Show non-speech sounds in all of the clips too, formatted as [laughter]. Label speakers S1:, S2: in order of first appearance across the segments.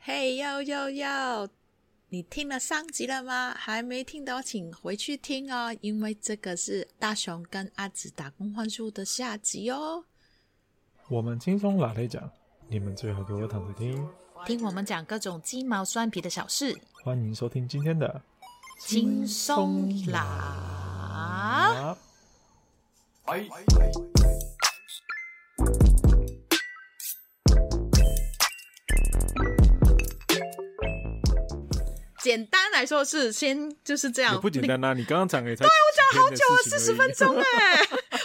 S1: 嘿呦呦呦！你听了上集了吗？还没听到，请回去听哦，因为这个是大雄跟阿紫打工换宿的下集哦。
S2: 我们轻松拉力讲，你们最好给我躺着听。
S1: 听我们讲各种鸡毛蒜皮的小事，
S2: 欢迎收听今天的
S1: 轻松啦！
S2: 啊，
S1: 简单来说是先就是这
S3: 也
S1: 样，
S3: 不简
S1: 你
S3: 单啦、啊你刚刚讲了也才对我
S1: 好久啊，四十分钟哎、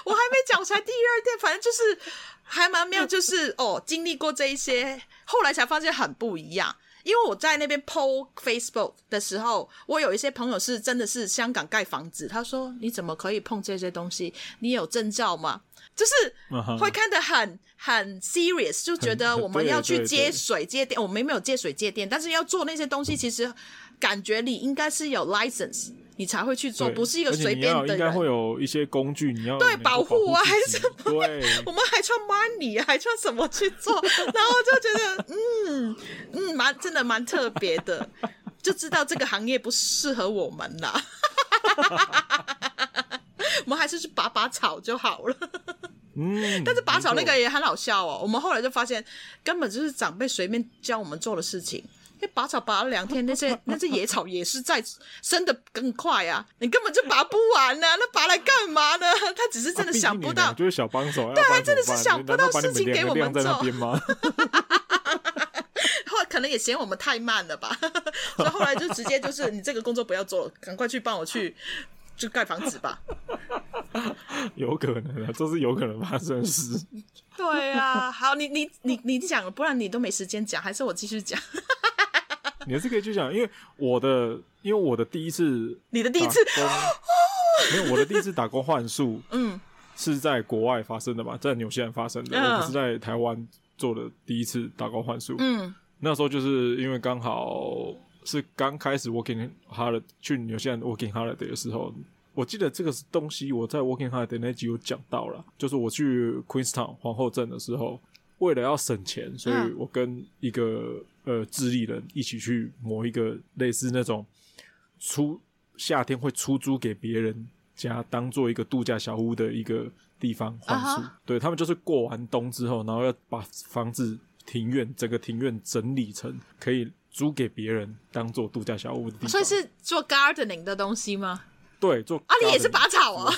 S1: 我还没讲，才第二天，反正就是还蛮妙，就是哦，经历过这一些，后来才发现很不一样。因为我在那边 PO Facebook 的时候，我有一些朋友是真的是香港盖房子，他说你怎么可以碰这些东西？你有证照吗？就是
S3: 嗯哼
S1: 会看得很很 serious，就觉得
S3: 很
S1: 我们
S3: 对
S1: 要去
S3: 对
S1: 接
S3: 对
S1: 水接电，我们没有接水接电，但是要做那些东西，其实感觉你应该是有 license，你才会去做，
S3: 对
S1: 不是一个
S3: 而且
S1: 随
S3: 你
S1: 便
S3: 要
S1: 的
S3: 应该
S1: 人。
S3: 会有一些工具，你要
S1: 对
S3: 能 [laughs] 够
S1: 保
S3: 保
S1: 护啊
S3: 自
S1: 还
S3: 己
S1: 是
S3: 对，
S1: 我们还穿 money，还穿什么去做？ [laughs] 然后就觉得，嗯嗯，蛮真的蛮特别的，就知道这个行业不适合我们啦。 [laughs] 我们还是去拔拔草就好了。
S3: 嗯，
S1: [laughs] 但是拔草那个
S3: 没
S1: 也很好笑哦。我们后来就发现，根本就是长辈随便教我们做的事情。因为拔草拔了两天，那些那些野草也是在生的更快啊，你根本就拔不完呢、那拔来干嘛呢？ [laughs] 他只是
S3: 错
S1: 真的想不
S3: 啊
S1: 到
S3: 毕竟你们，就是小帮手，
S1: 对
S3: 要不
S1: 还
S3: 然
S1: 真的是
S3: 怎么办
S1: 想不到
S3: 难道 [laughs] 把你
S1: 事情
S3: 两
S1: 给
S3: 个
S1: 我们
S3: 晾在那
S1: 做
S3: 边吗？
S1: 后来可能也嫌我们太慢了吧， [laughs] 所以后来就直接就是你这个工作不要做了，赶快去帮我去 [laughs] 就盖房子吧。
S3: [laughs] 有可能啊，这是有可能发生的事。 [laughs]
S1: 对 [laughs] 啊，好，你你你你讲，不然你都没时间讲，还是我继续讲 [laughs]
S3: 你还是可以去讲，因为我的，因为我的第一次
S1: 你的第一次。啊
S3: 打工，没有我的第一次打工换宿
S1: 嗯，
S3: 是在国外发生的嘛，在纽西兰发生的，
S1: 嗯
S3: 我不是在台湾做的第一次打工换宿。
S1: 嗯，
S3: 那时候就是因为刚好是刚开始 working holiday 去纽西兰 working holiday 的时候，我记得这个东西我在 working holiday 那集有讲到了，就是我去 Queenstown 皇后镇的时候，为了要省钱，所以
S1: 嗯
S3: 我跟一个、呃智利人一起去某一个类似那种出夏天会出租给别人家当做一个度假小屋的一个地方换宿。
S1: 啊哈
S3: 对他们就是过完冬之后，然后要把房子庭院整个庭院整理成可以租给别人当做度假小屋的地方。
S1: 所以是做 gardening 的东西吗？
S3: 对做
S1: 啊，你也是
S3: garden
S1: 拔草啊？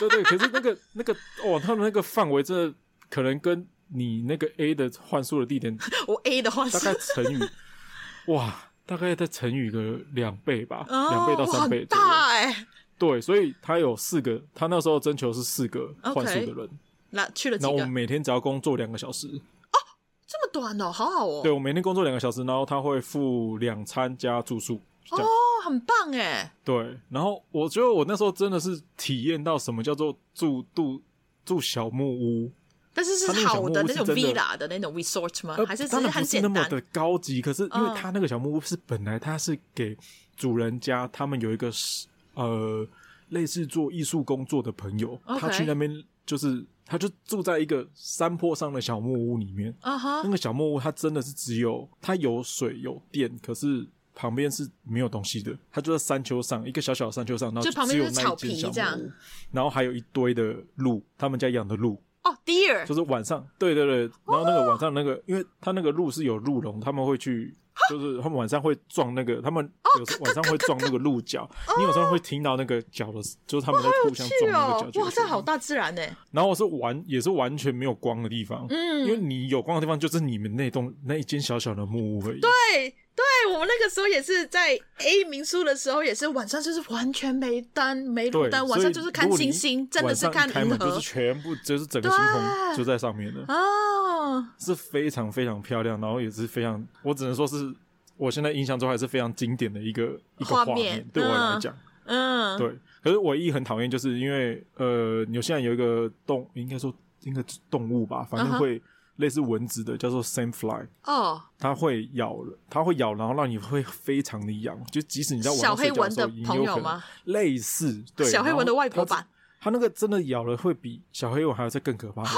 S3: 对对，可是那个那个哦，他们那个范围真的可能跟你那个 A 的换宿的地
S1: [laughs]
S3: 点
S1: 我 A 的话是
S3: 大概乘以哇，大概再乘以个两倍吧，
S1: [laughs] 哦
S3: 两倍到
S1: 哇
S3: 三倍
S1: 很
S3: 左右
S1: 大哎。
S3: 对，所以他有四个，他那时候征求是四个换宿的人，
S1: 那去了几
S3: 然后我
S1: 个
S3: 们？每天只要工作两个小时，
S1: 这么短哦，好好
S3: 对
S1: 哦，
S3: 我每天工作两个小时，然后他会付两餐加住宿，这样、
S1: 哦，很棒哎。
S3: 对。然后我觉得我那时候真的是体验到什么叫做住度住小木屋，
S1: 但是
S3: 它那
S1: 是
S3: 个小
S1: 好
S3: 木
S1: 的
S3: 屋
S1: 那
S3: 是
S1: 种
S3: 真的
S1: villa 的那种 resort 吗
S3: 呃？
S1: 哦还是只
S3: 当然不
S1: 很简
S3: 那么
S1: 单？
S3: 的高级，可是因
S1: 嗯
S3: 为他那个小木屋是本来他是给主人家，他们有一个是呃类似做艺术工作的朋友，
S1: OK
S3: 他去那边就是他就住在一个山坡上的小木屋里面，
S1: 啊哈
S3: 那，个小木屋它真的是只有它有水有电，可是。旁边是没有东西的，它就在山丘上，一个小小的山丘上，然后
S1: 就旁边
S3: 只有
S1: 就是
S3: 那
S1: 草
S3: 一间
S1: 皮
S3: 小
S1: 这样
S3: 木屋，然后还有一堆的鹿，他们家养的鹿，
S1: 哦，deer
S3: 就是晚上，对对对，然后那个晚上那个，因为他那个鹿是有鹿茸，他们会去，就是他们晚上会撞那个，他们
S1: 哦
S3: 有时晚上会撞那个鹿角，你有时候会听到那个脚的，就是他们在互相
S1: 去
S3: 撞那个
S1: 哦
S3: 脚，就
S1: 哇，
S3: 有
S1: 这
S3: 声音。
S1: 好大自然哎。
S3: 然后我是完也是完全没有光的地方，
S1: 嗯
S3: 因为你有光的地方就是你们那栋那一间小小的木屋而已。
S1: 对对，我们那个时候也是在 A 民宿的时候，也是晚上就是完全没灯、没路
S3: 对，
S1: 灯，
S3: 所
S1: 晚
S3: 以
S1: 上就是看星星，真的是看
S3: 如果你
S1: 银
S3: 晚上开门就
S1: 河
S3: 是全部就是整个星
S1: 对
S3: 空就在上面了。
S1: 哦，
S3: 是非常非常漂亮，然后也是非常，我只能说是我现在印象中还是非常经典的一个一个
S1: 画
S3: 画
S1: 面
S3: 面，对我来讲，
S1: 嗯，
S3: 对。可是唯一很讨厌就是因为呃，纽西兰有一个动，应该说应该是动物吧，反
S1: 嗯
S3: 正
S1: 哼
S3: 会类似蚊子的，叫做 sandfly，
S1: 哦，
S3: 它会咬了，它会咬，然后让你会非常的痒，就即使你在晚
S1: 小
S3: 上
S1: 黑
S3: 睡觉
S1: 蚊
S3: 的时候，
S1: 的
S3: 也
S1: 朋
S3: 有
S1: 友
S3: 可能
S1: 吗
S3: 类似对
S1: 小黑蚊的外婆。
S3: 然
S1: 版
S3: 后它它那个真的咬了会比小黑蚊还要再更
S1: [gasps]
S3: 可怕一些。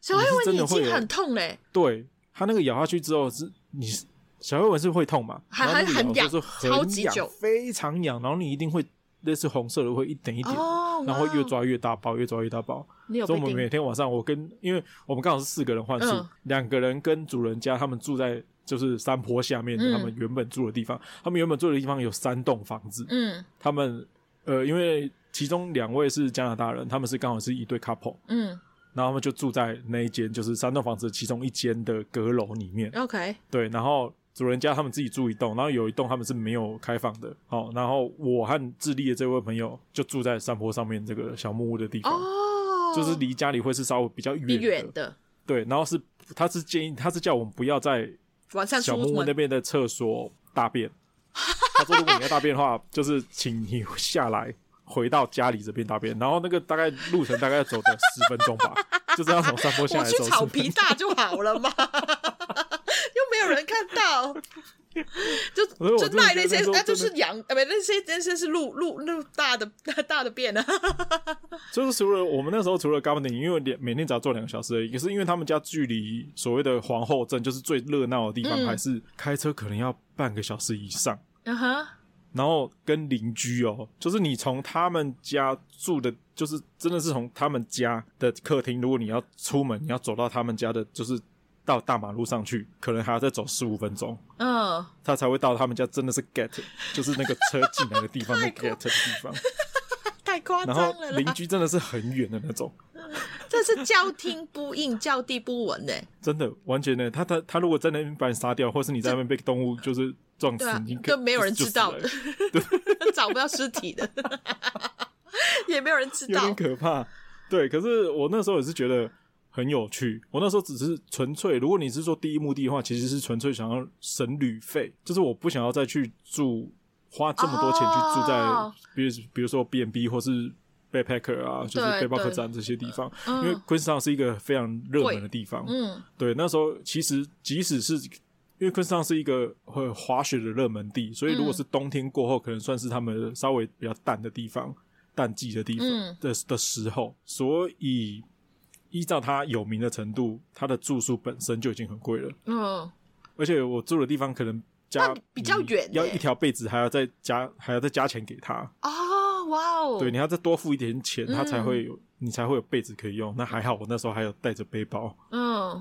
S1: 小黑
S3: 你是
S1: 蚊
S3: 真
S1: 已
S3: 的会
S1: 经
S3: 有
S1: 很痛嘞，
S3: 对，它那个咬下去之后是你是小黑纹是会痛嘛，
S1: 还
S3: 然后那个
S1: 还很
S3: 痒，
S1: 痒
S3: 就是
S1: 超
S3: 很
S1: 级
S3: 痒
S1: 久，
S3: 非常痒，然后你一定会类似红色的会一点一点的，
S1: 哦
S3: 然后
S1: 哇
S3: 越抓越大包，越抓越大包。
S4: 你有
S3: 所
S4: 被
S3: 以我们每
S4: 叮？
S3: 天晚上，我跟因为我们刚好是四个人换宿
S1: 嗯，
S3: 两、个人跟主人家他们住在就是山坡下面的
S1: 嗯
S3: 他们原本住的地方，他们原本住的地方有三栋房子，
S1: 嗯
S3: 他们呃因为其中两位是加拿大人，他们是刚好是一对 couple，
S1: 嗯
S3: 然后他们就住在那一间就是三栋房子其中一间的阁楼里面，
S1: ，OK，
S3: 对，然后主人家他们自己住一栋，然后有一栋他们是没有开放的。好、然后我和智利的这位朋友就住在山坡上面这个小木屋的地方，
S1: 哦，
S3: [laughs] 就是离家里会是稍微比较远的。
S1: 远的
S3: 对，然后是他是建议他是叫我们不要在
S1: 晚上
S3: 小
S1: 出
S3: 木屋那
S1: 门，
S3: 边的厕所大便。他说如果你要大便的话，就是请你下来。回到家里这边大便，然后那个大概路程大概要走的十分钟吧，就是要从山坡下
S1: 我
S3: 来
S1: 去
S3: 走10分
S1: 草
S3: 钟。
S1: 皮大就好了嘛，又没有人看到，就
S3: [laughs] 所以我
S1: 就
S3: 真的
S1: 赖
S3: 觉
S1: 那
S3: 得
S1: 些
S3: 说，
S1: 那就
S3: 真
S1: 是
S3: 的
S1: 羊，呃，不，那些那些是鹿鹿鹿大的大的便啊，
S3: 就是除了我们那时候除了 gardening，因为两每天只要做两个小时而已，可是因为他们家距离所谓的皇后镇就是最热闹的地方，
S1: 嗯
S3: 还是开车可能要半个小时以上。
S4: 嗯哼，
S3: 然后跟邻居哦，就是你从他们家住的，就是真的是从他们家的客厅，如果你要出门，你要走到他们家的，就是到大马路上去，可能还要再走十五分钟，
S1: 嗯，
S3: 他才会到他们家真的是 get，就是那个车进来的
S1: [laughs]
S3: 地方，那 get 的地方。
S1: 太夸
S3: 然后
S1: 张了
S3: 邻
S1: 啦，
S3: 居真的是很远的那种。
S1: 这是叫听不应，叫地不闻呢、
S3: 真的完全的，他他他如果在那边把你杀掉，或是你在那边被动物就是撞死，
S1: 对啊
S3: 你可
S1: 就没有人
S3: 就
S1: 知道
S3: 就死了
S1: 找不到尸体的， [laughs] 也没有人知
S3: 有
S1: 道
S3: 点。可怕。对，可是我那时候也是觉得很有趣。我那时候只是纯粹，如果你是说第一目的的话，其实是纯粹想要省旅费，就是我不想要再去住花这么多钱去住在，
S1: 哦
S3: 比如比如说 B N B 或是 backpacker 啊，就是
S1: 对
S3: 背包客
S1: 对
S3: 栈这些地方，因
S1: 嗯
S3: 为 Queenstown 是一个非常热门的
S1: 贵
S3: 地方，
S1: 嗯
S3: 对，那时候其实即使是因为昆士兰是一个呃滑雪的热门地，所以
S1: 嗯
S3: 如果是冬天过后，可能算是他们稍微比较淡的地方、淡季的地方、
S1: 嗯
S3: 的的时候，所以依照它有名的程度，它的住宿本身就已经很贵了，
S1: 嗯，
S3: 而且我住的地方可能加
S1: 那比较
S3: 你
S1: 远
S3: 要
S1: 欸
S3: 一条被子还要再加还要再加钱给他，
S1: 哦，哇哦，
S3: 对，你要再多付一点钱，他才
S1: 嗯
S3: 会有、你才会有被子可以用。那还好，我那时候还有带着背包，
S1: 嗯，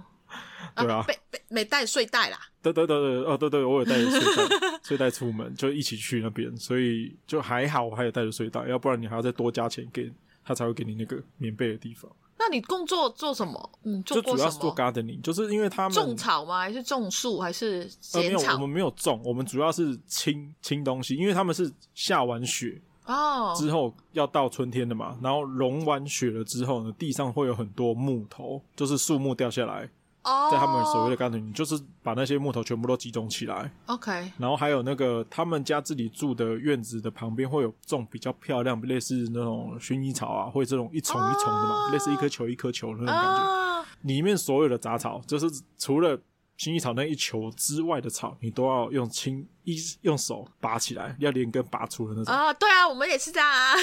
S3: 对啊
S1: 被被没带睡袋啦，
S3: 对对对对，哦对对，我有带着睡袋，睡袋出门就一起去那边，所以就还好，我还有带着睡袋，要不然你还要再多加钱给他才会给你那个棉被的地方。
S4: 那你工作做什么？
S1: 嗯，做
S3: 就
S1: 过
S3: 主
S1: 什
S3: 要是做
S1: 么？
S3: gardening，就是因为他们
S4: 种草吗？还是种树？还是
S3: 呃没
S4: 剪
S3: 有，我
S4: 草？
S3: 们没有种，我们主要是清清东西，因为他们是下完雪
S4: 哦，
S3: 之后要到春天的嘛，然后融完雪了之后呢，地上会有很多木头，就是树木掉下来，
S1: 哦，
S3: 在他们所谓的 gardening，就是把那些木头全部都集中起来。
S4: OK，
S3: 然后还有那个他们家自己住的院子的旁边会有种比较漂亮，类似那种薰衣草啊，或者这种一丛一丛的嘛，类似一颗球一颗球的那种感
S1: 哦
S3: 觉。
S4: 啊，
S3: 里面所有的杂草，就是除了薰衣草那一球之外的草，你都要用轻一用手拔起来，要连根拔出的那种。
S1: 哦
S4: 啊，对啊，我们也是这样啊。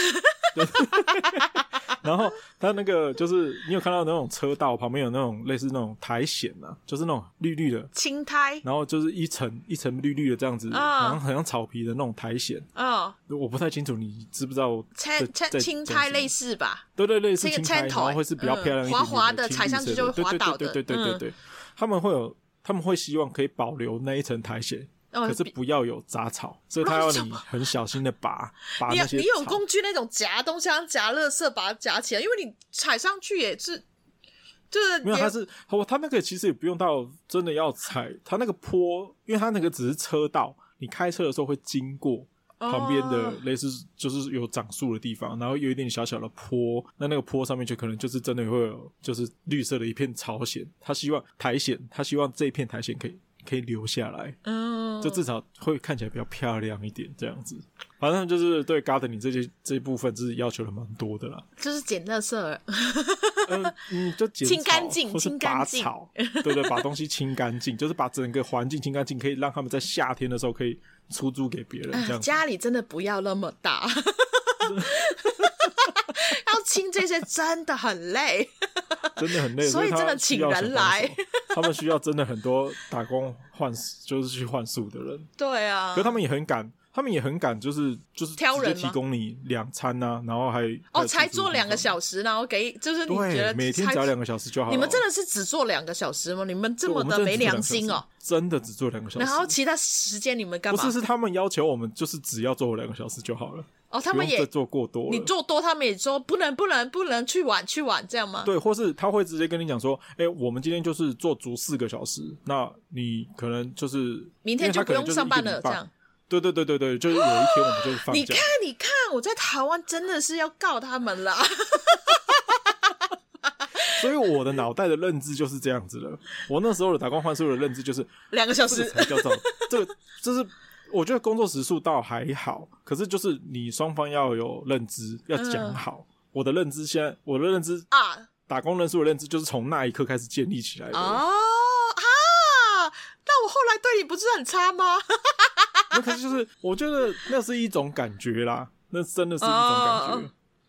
S3: 然后它那个就是你有看到那种车道旁边有那种类似那种苔藓啊，就是那种绿绿的。
S1: [laughs] 青苔，
S3: 然后就是一层一层绿绿的这样子，
S1: 啊
S3: 好像好像草皮的那种苔藓，
S1: 嗯，
S3: 我不太清楚，你知不知道我在？
S1: 青青
S3: 在
S1: 青苔类
S3: 似，
S1: 似吧？
S3: 对对类似
S1: 这个
S3: 青
S1: 青
S3: 苔，然
S1: 苔
S3: 后会是比较漂亮一点点
S1: 嗯滑滑的
S3: 青
S1: 踩
S3: 绿
S1: 上
S3: 色
S1: 去就会
S3: 对
S1: 滑
S3: 对
S1: 倒
S3: 对
S1: 的
S3: 对对对对
S1: 嗯
S3: 对，他们会有，他们会希望可以保留那一层苔藓，
S1: 嗯
S3: 可是
S1: 比
S3: 不要有杂草，所以他要你很小心的拔拔
S1: 你
S3: 那些
S1: 你有
S3: 草
S1: 工具那种夹东西，像夹垃圾把它夹起来，因为你踩上去也是，就是
S3: 没有，
S1: 也
S3: 它是哦，它那个其实也不用到真的要踩，它那个坡，因为它那个只是车道，你开车的时候会经过旁边的
S1: 哦
S3: 类似就是有长树的地方，然后有一点小小的坡，那那个坡上面就可能就是真的会有就是绿色的一片朝鲜，他希望苔藓，他希望这一片苔藓可以可以留下来，
S1: 嗯，
S3: 就至少会看起来比较漂亮一点这样子。反正就是对 gardening 这些这一部分是要求的蛮多的啦。
S1: [laughs]
S4: 就是捡垃圾而已，
S3: 嗯嗯，就剪
S1: 清
S3: 草
S1: 干净
S3: 或是
S1: 清干
S3: 拔
S1: 净
S3: 草，对对，把东西清干净，就是把整个环境清干净，可以让他们在夏天的时候可以出
S1: [laughs]
S3: 租给别人这样子。
S1: 家里真的不要那么大，要清这些真的很累。
S3: 真的很累，
S1: 所以
S3: 他
S1: 真的
S3: 需
S1: 请
S3: 要
S1: 人
S3: 小帮
S1: 来
S3: 手， [laughs] 他们需要真的很多打工换，就是去换宿的人，
S1: 对啊
S3: 可，他们也很敢，他们也很敢，就是就是
S1: 挑
S3: 直接
S1: 人
S3: 提
S1: 吗
S3: 供你两餐呐、然后还
S1: 哦，才做两个
S3: 时，
S1: 小时，然后给就是你觉
S3: 对，
S1: 得
S3: 每天
S1: 才
S3: 只要两个小时就好了。
S1: 你们真
S3: 的
S1: 的是只做两个小时吗？你们这
S3: 我
S1: 么
S3: 们
S1: 的
S3: 真的
S1: 没
S3: 只做两
S1: 良
S3: 个小
S1: 心
S3: 时
S1: 哦！，
S3: 真的只做两个小时，
S1: 然后其他时间你们干
S3: 不
S1: 嘛？
S3: 是是他们要求我们就是只要做两个小时就好了，
S1: 哦，他
S3: 不
S1: 们
S3: 用再
S1: 也
S3: 做过多了。
S1: 你做多，他们也说不能不能不能去玩去玩这样吗？
S3: 对，或是他会直接跟你讲说，哎、我们今天就是做足四个小时，那你可能就是
S1: 明
S3: 因
S1: 天
S3: 为他
S1: 就
S3: 可
S1: 不
S3: 能
S1: 用
S3: 是
S1: 上
S3: 一个
S1: 班
S3: 礼
S1: 了这
S3: 拜
S1: 样。
S3: 对对对对对，就是有一天我们就是放
S1: 你
S3: 假
S1: 看，，你看，我在台湾真的是要告他们了。 [laughs]
S3: 所以我的脑袋的认知就是这样子的。我那时候的打工换宿的认知就是，
S1: 两个小
S3: 这个
S1: 时，
S3: 才叫做这个，就是我觉得工作时数倒还好，可是就是你双方要有认知，要
S1: 嗯
S3: 讲好。我的认知现在，我的认知
S1: 啊
S3: 打工人数的认知就是从那一刻开始建立起来的。
S1: 哦啊！那我后来对你不是很差吗？
S3: 那可是就是，我觉得那是一种感觉啦，那真的是一种感觉。
S1: 哦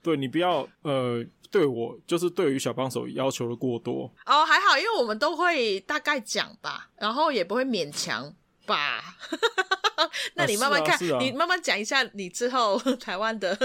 S3: 对你不要呃，对我就是对于小帮手要求的过多，
S1: 哦，还好，因为我们都会大概讲吧，然后也不会勉强吧。 [laughs] 那你慢慢看，
S3: 是啊是啊
S1: 你慢慢讲一下你之后台湾的。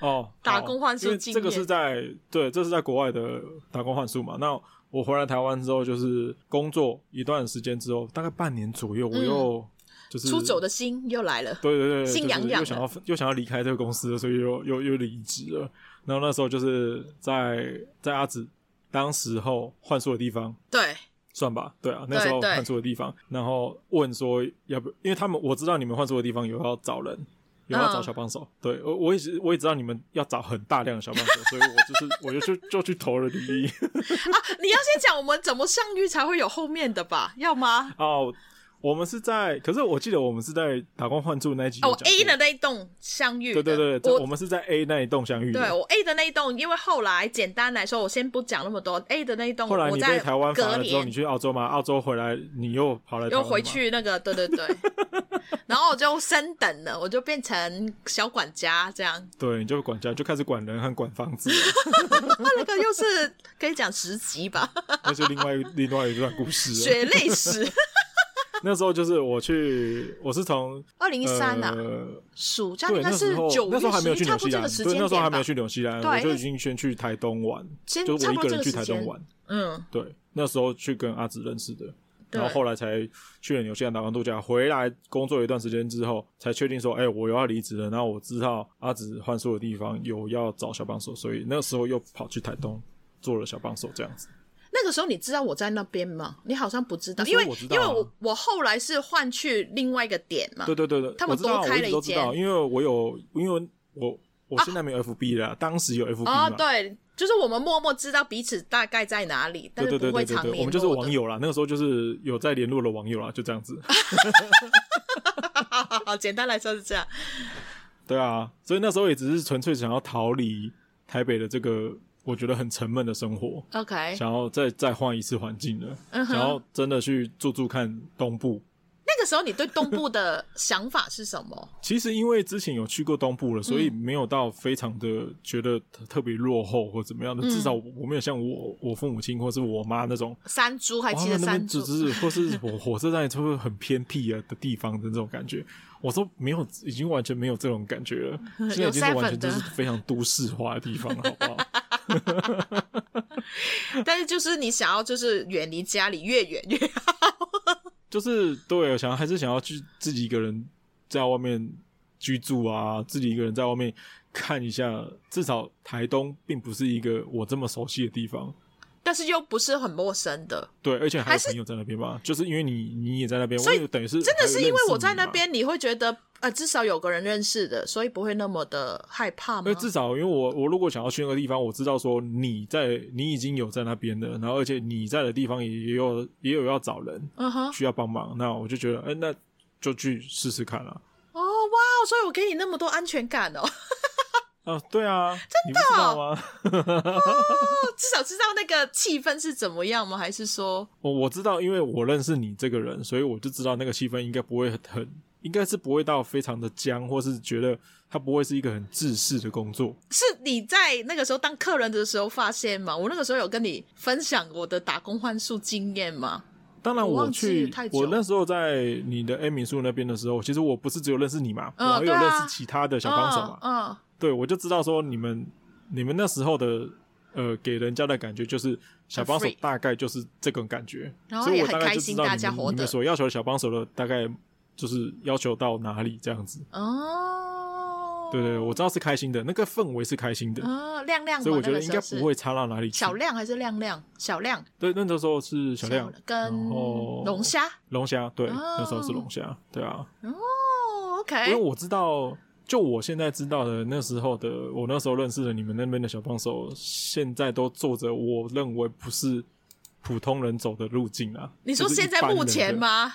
S3: 哦，
S1: 打
S3: 好
S1: 工换宿
S3: 因为
S1: 经
S3: 这个
S1: 验
S3: 是在对，这是在国外的打工换宿嘛。那我回来台湾之后，就是工作一段时间之后，大概半年左右，我又就是
S1: 嗯出走的心又来了。
S3: 对对对，
S1: 心
S3: 就是
S1: 痒痒
S3: 又
S1: 的
S3: 想要又想要离开这个公司了，所以又又又离职了。然后那时候就是在在阿紫当时候换宿的地方，
S1: 对，
S3: 算吧，对啊，那
S1: 对
S3: 时候
S1: 对
S3: 换宿的地方，然后问说要不，因为他们我知道你们换宿的地方有要找人，有要找
S1: 嗯
S3: 小帮手，对我我也是我也知道你们要找很大量的小帮手，所以我就是我就就就去投了履历
S1: 你要先讲我们怎么相遇才会有后面的吧？要吗？
S3: 哦。我们是在，可是我记得我们是在打工换宿那一集有
S1: 哦我
S3: 讲过
S1: ，A 的那一栋相遇
S3: 对
S1: 的。
S3: 对对，这
S1: 我
S3: 我们是在 A 那一栋相遇的，
S1: 对我 A 的那一栋，因为后来简单来说，我先不讲那么多。A 的那一栋，
S3: 后来
S1: 我
S3: 你
S1: 在
S3: 被台湾
S1: 隔
S3: 罚了之后，
S1: 年
S3: 你去澳洲嘛，澳洲回来你又跑来台
S1: 又
S3: 湾嘛
S1: 回，去那个，对对对，
S3: [laughs]
S1: 然后我就升等了，我就变成小管家这样。
S3: 对，你就管家就开始管人和管房
S1: [laughs]
S3: 子了，
S1: 啊，那个又是可以讲十级吧，
S3: 那是另外一另外一段故事了。
S1: 血泪史。
S3: 那时候就是我去，我是从
S4: 二零一三啊，
S3: 呃，
S4: 暑假
S3: 对，
S4: 应
S3: 那
S4: 该
S3: 时
S4: 是
S3: 候
S4: 九
S3: 那
S4: 月
S3: 时候还没有
S4: 十
S3: 去
S4: 一，差
S3: 纽
S4: 不多
S3: 西
S4: 这
S3: 兰，
S4: 个时
S3: 对，
S4: 间
S3: 那时候还
S4: 点
S3: 没
S4: 吧
S3: 有。去纽西兰，
S4: 对
S3: 我就
S4: 那
S3: 已经先去台东玩，
S4: 先
S3: 就是
S4: 差
S3: 我
S4: 不多
S3: 一个
S4: 这个
S3: 人去
S4: 时
S3: 台东
S4: 间
S3: 玩。
S1: 嗯，
S3: 对，那时候去跟阿紫认识的，
S1: 对
S3: 然后后来才去了纽西兰打工度假，回来工作一段时间之后，才确定说，哎、我又要离职了。然后我知道阿紫换宿的地方有要找小帮手，所以那时候又跑去台东做了小帮手这样子。
S1: 那个时候你知道我在那边吗？你好像不知道，
S3: 那时
S1: 因
S3: 候
S1: 为
S3: 我知
S1: 因
S3: 道啊
S1: 为我我后来是换去另外一个点嘛。
S3: [laughs] 对对对对，
S1: 他们
S3: 我知
S1: 多
S3: 道我
S1: 开
S3: 一
S1: 了
S3: 直
S1: 一
S3: 都知道，
S1: 间啊
S3: 因为我有，因为我我现在没有 FB 了，啊当时有 FB 嘛。
S1: 哦，对，就是我们默默知道彼此大概在哪里，但
S3: 对
S1: 是
S3: 对对
S1: 不
S3: 对
S1: 会
S3: 对
S1: 常
S3: 对，我
S1: 联
S3: 们就是
S1: 络
S3: 网
S1: 的。
S3: 友啦，那个时候就是有在联络的网友啦，就这
S1: [laughs]
S3: 样子。
S1: 好， [laughs] 简单来说是这样。
S3: 对啊，所以那时候也只是纯粹想要逃离台北的这个我觉得很沉闷的生活，
S1: [laughs] 哎
S4: OK，
S3: 想要再再换一次环境了，
S4: 嗯哼
S3: 想要真的去住住看东部。
S1: 那个时候你对东部的想法是什
S3: [laughs]
S1: 么？
S3: 其实因为之前有去过东部了，所
S1: 嗯
S3: 以没有到非常的觉得特特别落后或怎么样的，
S1: 嗯
S3: 至少我我没有像我我父母亲或是我妈那种
S4: 山猪还
S3: 哇，
S4: 记
S3: 他
S4: 得
S3: 们那
S4: 山
S3: 边只
S4: 猪，
S3: 是或是火火车站也就会很偏僻啊的地方的那种感觉。我说没有，已经完全没有这种感觉
S1: [laughs]
S3: 了，现在已经是完全就是非常都市化的地方，好不好？ [laughs]
S1: 但是就是你想要就是远离家里越远越好。
S3: 就是对，我想还是想要去自己一个人在外面居住啊，自己一个人在外面看一下，至少台东并不是一个我这么熟悉的地方。
S1: 但是又不是很陌生的，
S3: 对，而且还
S1: 还
S3: 有
S1: 是
S3: 朋友在那边吧，就是因为你你也在那边，
S1: 所以
S3: 我也等于是
S1: 真的
S3: 还
S1: 是
S3: 有
S1: 因为
S3: 认识
S1: 我在
S3: 你
S1: 那
S3: 嘛
S1: 边，你会觉得呃，至少有个人认识的，所以不会那么的害怕
S3: 因为
S1: 吗？
S3: 呃至少，因为我我如果想要去那个地方，我知道说你在你已经有在那边的，然后而且你在的地方也也有也有要找人
S1: 嗯哼，
S3: 需要帮忙，那我就觉得，哎、那就去试试看啦。
S1: 哦哇，所以我给你那么多安全感哦， [laughs]
S3: 啊，对啊，真的、你不知道吗？ [laughs]
S1: 至少知道那个气氛是怎么样吗？还是说
S3: 我我知道，因为我认识你这个人，所以我就知道那个气氛应该不会很，应该是不会到非常的僵，或是觉得它不会是一个很制式的工作。
S1: 是你在那个时候当客人的时候发现吗？我那个时候有跟你分享我的打工换宿经验吗？
S3: 当然，
S4: 我忘记
S3: 去
S4: 太久
S3: 我那时候在你的 A 民宿那边的时候，其实我不是只有认识你嘛，
S4: 嗯
S3: 我还有
S4: 对啊
S3: 认识其他的小帮手嘛。
S4: 嗯，嗯
S3: 对，我就知道说你们你们那时候的呃给人家的感觉就是小帮手
S1: free
S3: 大概就是这种感觉，
S4: 然后
S3: 所以
S4: 也
S3: 我
S4: 很
S3: 大概
S4: 开
S3: 就
S4: 心
S3: 知道
S4: 大
S3: 你
S4: 家
S3: 们
S4: 活
S3: 你
S4: 得
S3: 们所要求的小帮手的大概就是要求到哪里这样子。
S4: 哦，
S3: 对对对，我知道是开心的，那个氛围是开心的，
S4: 哦，亮亮嘛，
S3: 所以我觉
S4: 那
S3: 得
S4: 个
S3: 应
S4: 时
S3: 该
S4: 候是
S3: 不会差到哪里去。
S4: 小亮还是亮亮，小亮，
S3: 对，那时候是小亮
S4: 跟
S3: 然后
S4: 龙虾。
S3: 龙虾，对，
S4: 哦
S3: 那时候是龙虾，对啊，
S4: 哦
S3: 因为
S1: 哎
S4: ，OK，
S3: 我知道。就我现在知道的，那时候的我那时候认识的你们那边的小帮手，现在都做着我认为不是普通人走的路径啊。
S1: 你说
S3: 就是一
S1: 现在
S3: 般
S1: 目
S3: 人的
S1: 前？吗？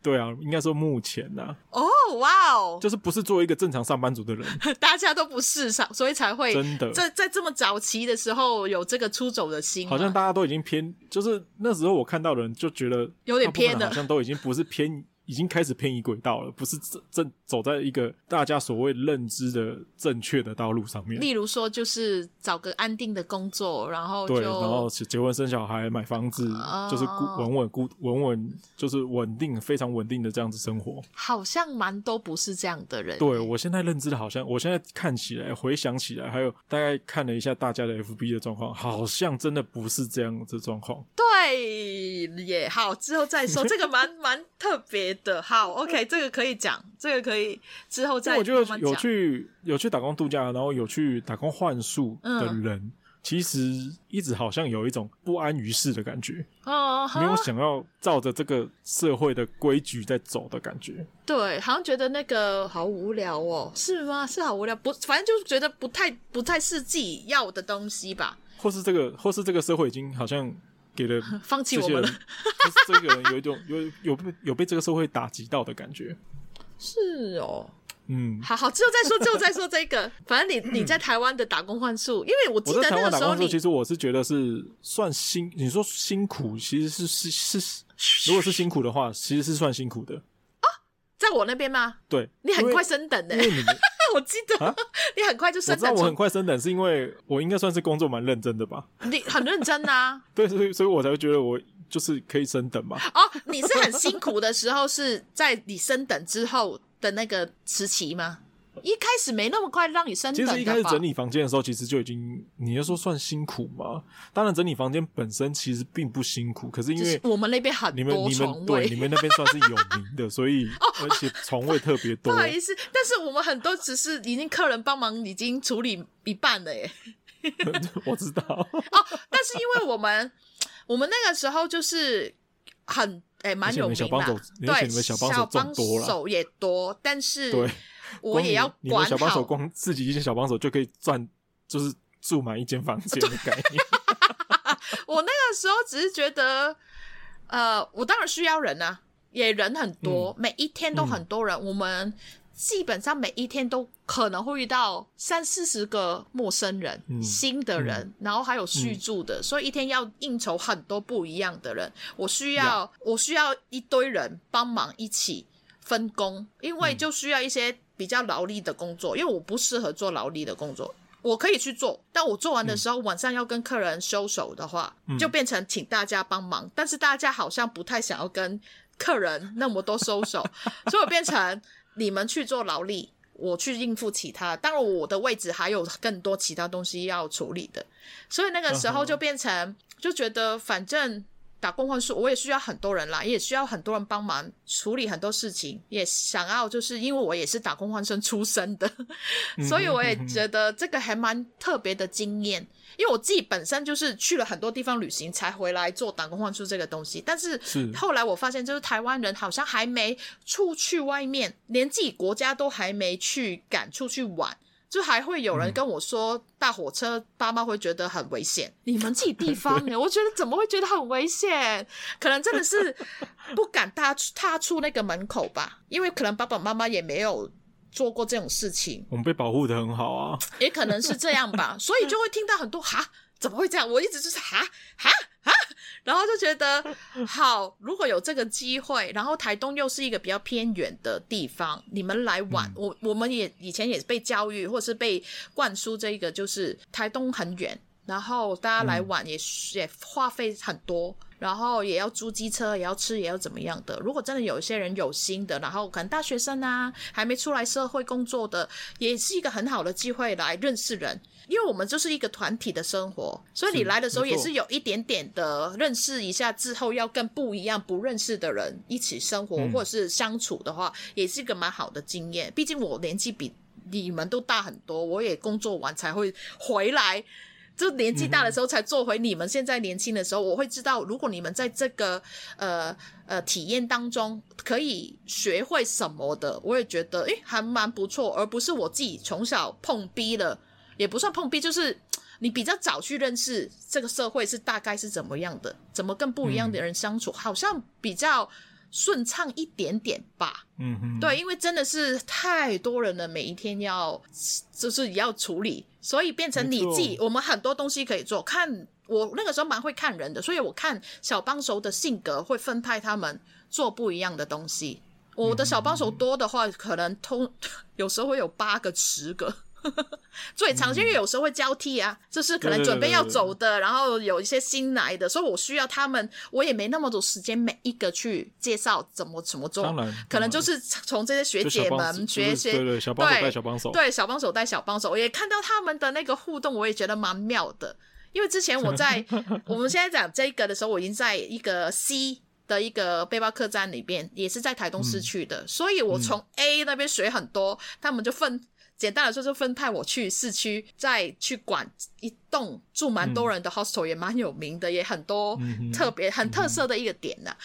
S3: 对啊，应该说目前啊，
S1: 哦，哇
S4: [laughs]
S1: 哦，
S3: 就是不是做一个正常上班族的
S1: [laughs]
S3: 人，
S1: 大家都不是，所以才会
S3: 真的。
S1: 在在这么早期的时候有这个出走的心嘛，
S3: 好像大家都已经偏，就是那时候我看到的人就觉得
S1: 有点偏了
S3: 大部分人好像都已经不是偏，已经开始偏移轨道了，不是正正走在一个大家所谓认知的正确的道路上面。
S4: 例如说就是找个安定的工作，然后就
S3: 对，然后结结婚生小孩、买房子，
S4: 哦
S3: 就是固稳稳固稳稳，就是稳定非常稳定的这样子生活。
S4: 好像蛮都不是这样的人。
S3: 对我现在认知的，好像我现在看起来、回想起来，还有大概看了一下大家的 FB 的状况，好像真的不是这样子状况。
S1: 对也好，之后再
S3: [laughs]
S1: 说，这个蛮蛮特别的。好，OK，这个可以讲，这个可以之后再
S3: 嗯但我觉
S1: 慢
S3: 得
S1: 慢
S3: 有
S1: 讲。
S3: 去有去打工度假，然后有去打工换宿的人，其实一直好像有一种不安于世的感觉，
S4: 哦，好
S3: 没有想要照着这个社会的规矩在走的感觉。
S4: 对，好像觉得那个好无聊哦，
S1: 是吗？是好无聊，不，反正就是觉得不太不太是自己要的东西吧。
S3: 或是这个，或是这个社会已经好像给了
S4: 放弃
S3: 这
S4: 我
S3: 些
S4: 们
S3: 人，
S4: 了。
S3: 就是这个人有一种有有被有被这个社会打击到的感觉。
S4: 是哦，
S3: 嗯，
S1: 好好，之后再说，之后再说这个。反正你你
S3: [clears throat]
S1: 在台湾的打工换宿，因为我记
S3: 我在
S1: 得
S3: 台
S1: 那
S3: 湾
S1: 个
S3: 打
S1: 时
S3: 工
S1: 候
S3: 的时候，
S1: 你
S3: 其实我是觉得是算辛，你说辛苦，其实是是是是，如果是辛苦的话，其实是算辛苦的。
S4: 在我那边吗？
S3: 对，
S4: 你很
S3: 因为
S4: 快升等的
S3: 因，为你们
S1: [laughs] 我记得、
S3: 啊
S1: 你很快就
S3: 我
S1: 升
S3: 知道
S1: 等
S3: 我很
S1: 成，
S3: 快升等，是因为我应该算是工作蛮认真的吧？
S4: 你很认真啊。
S3: 对，所以所以我才会觉得我就是可以升等嘛。
S4: 哦，你是很辛苦的时候是在你升等之后的那个时期吗？一开始没那么快让你升
S3: 其
S4: 等的吧？
S3: 实一开始整理房间的时候，其实就已经，你要说算辛苦吗？当然，整理房间本身其实并不辛苦，可是因
S4: 就
S3: 为
S4: 是我们那边很
S3: 你们
S4: 多
S3: 你
S4: 床
S3: 们对你
S4: 位。
S3: 们那边算是有名
S1: [laughs]
S3: 的，所以而且床位特别
S1: 哦不
S3: 多。
S1: 好意思，但是我们很多只是已经客人帮忙已经处理一半了耶。
S3: [laughs] 我知道，
S1: 哦，但是因为我们 [laughs] 我们那个时候就是很诶蛮、
S3: 而且
S1: 有
S3: 你们
S1: 名
S3: 小
S1: 啦，
S3: 帮手而且
S1: 对，
S3: 你们小
S1: 小
S3: 帮手众多啦
S1: 手也多，但是
S3: 对，
S1: 我也要
S3: 光你你
S1: 管
S3: 们
S1: 好。
S3: 小帮手光自己一间小帮手就可以赚，就是住满一间房间的概念。
S1: [laughs] 我那个时候只是觉得，呃，我当然需要人啊，也人很多，每一天都很多人，我们基本上每一天都可能会遇到三四十个陌生人、
S3: 嗯
S1: 新的人，然后还有续住的，所以一天要应酬很多不一样的人，我需要我需要一堆人帮忙一起分工，因
S3: 嗯
S1: 为就需要一些比较劳力的工作，因为我不适合做劳力的工作，我可以去做，但我做完的时候，晚上要跟客人收手的话，
S3: 嗯
S1: 就变成请大家帮忙，但是大家好像不太想要跟客人那么多收
S3: [laughs]
S1: 手，所以我变成你们去做劳力，我去应付其他。当然，我的位置还有更多其他东西要处理的，所以那个时
S3: 嗯
S1: 候
S3: 哼
S1: 就变成就觉得反正。打工换宿，我也需要很多人啦，也需要很多人帮忙处理很多事情，也想要就是因为我也是打工换生出身的， [laughs]
S3: 嗯
S1: 所以我也
S3: 嗯嗯
S1: 觉得这个还蛮特别的经验，因为我自己本身就是去了很多地方旅行才回来做打工换宿这个东西，但是
S3: 是
S1: 后来我发现，就是台湾人好像还没出去外面，连自己国家都还没去敢出去玩。就还会有人跟我说，大火车爸妈会觉得很危险。 [laughs] 你们自己地方呢、我觉得怎么会觉得很危险？可能真的是不敢踏出踏出那个门口吧，因为可能爸爸妈妈也没有做过这种事情。
S3: 我们被保护的很好啊。
S1: 也可能是这样吧，所以就会听到很多哈，怎么会这样？我一直就是哈哈哈，然后就觉得好，如果有这个机会，然后台东又是一个比较偏远的地方，你们来玩，我我们也以前也被教育或是被灌输这个，就是台东很远，然后大家来玩也、也花费很多。然后也要租机车，也要吃，也要怎么样的。如果真的有一些人有心的，然后可能大学生啊，还没出来社会工作的，也是一个很好的机会来认识人。因为我们就是一个团体的生活，所以你
S3: 是
S1: 来的时候
S3: 没
S1: 也
S3: 错
S1: 是有一点点的认识一下，之后要跟不一样、不认识的人一起生活、
S2: 嗯
S1: 或者是相处的话，也是一个蛮好的经验。毕竟我年纪比你们都大很多，我也工作完才会回来，就年纪
S3: 嗯
S1: 大的时候才做回你们现在年轻的时候，我会知道，如果你们在这个呃呃体验当中可以学会什么的，我也觉得诶还蛮不错，而不是我自己从小碰壁了，也不算碰壁，就是你比较早去认识这个社会是大概是怎么样的，怎么跟不一样的人相处，好像比较顺畅一点点吧。
S3: 嗯哼，
S1: 对，因为真的是太多人了，每一天要就是要处理，所以变成你
S3: 没错
S1: 自己，我们很多东西可以做。看我那个时候蛮会看人的，所以我看小帮手的性格会分派他们做不一样的东西。我的小帮手多的话，可能通有时候会有八个、十个。 [laughs] 最常见，因为有时候会交替啊，就是可能
S3: 对对对
S1: 准备要
S3: 对对
S1: 走的，然后有一些新来的，所以我需要他们，我也没那么多时间每一个去介绍怎么怎么做，
S3: 当然
S1: 可能
S3: 当然
S1: 就是从这些学
S3: 嗯就小
S1: 姐
S3: 帮手
S1: 们、
S3: 就
S1: 学
S3: 是对
S1: 学
S3: 对，小帮手
S1: 对
S3: 带小帮手，
S1: 对小帮手带小帮手，我也看到他们的那个互动，我也觉得蛮妙的。因为之前我
S3: [laughs]
S1: 在我们现在讲这个的时候，我已经在一个 C 的一个背包客栈里边，也是在台东
S3: 嗯
S1: 市区的，所以我从 A 那边学很多，他们就分。简单来说，就分派我去市区，再去管一栋住蛮多人的 hostel，、也蛮有名的，也很多
S3: 嗯哼
S1: 特别、很特色的一个点啊呐、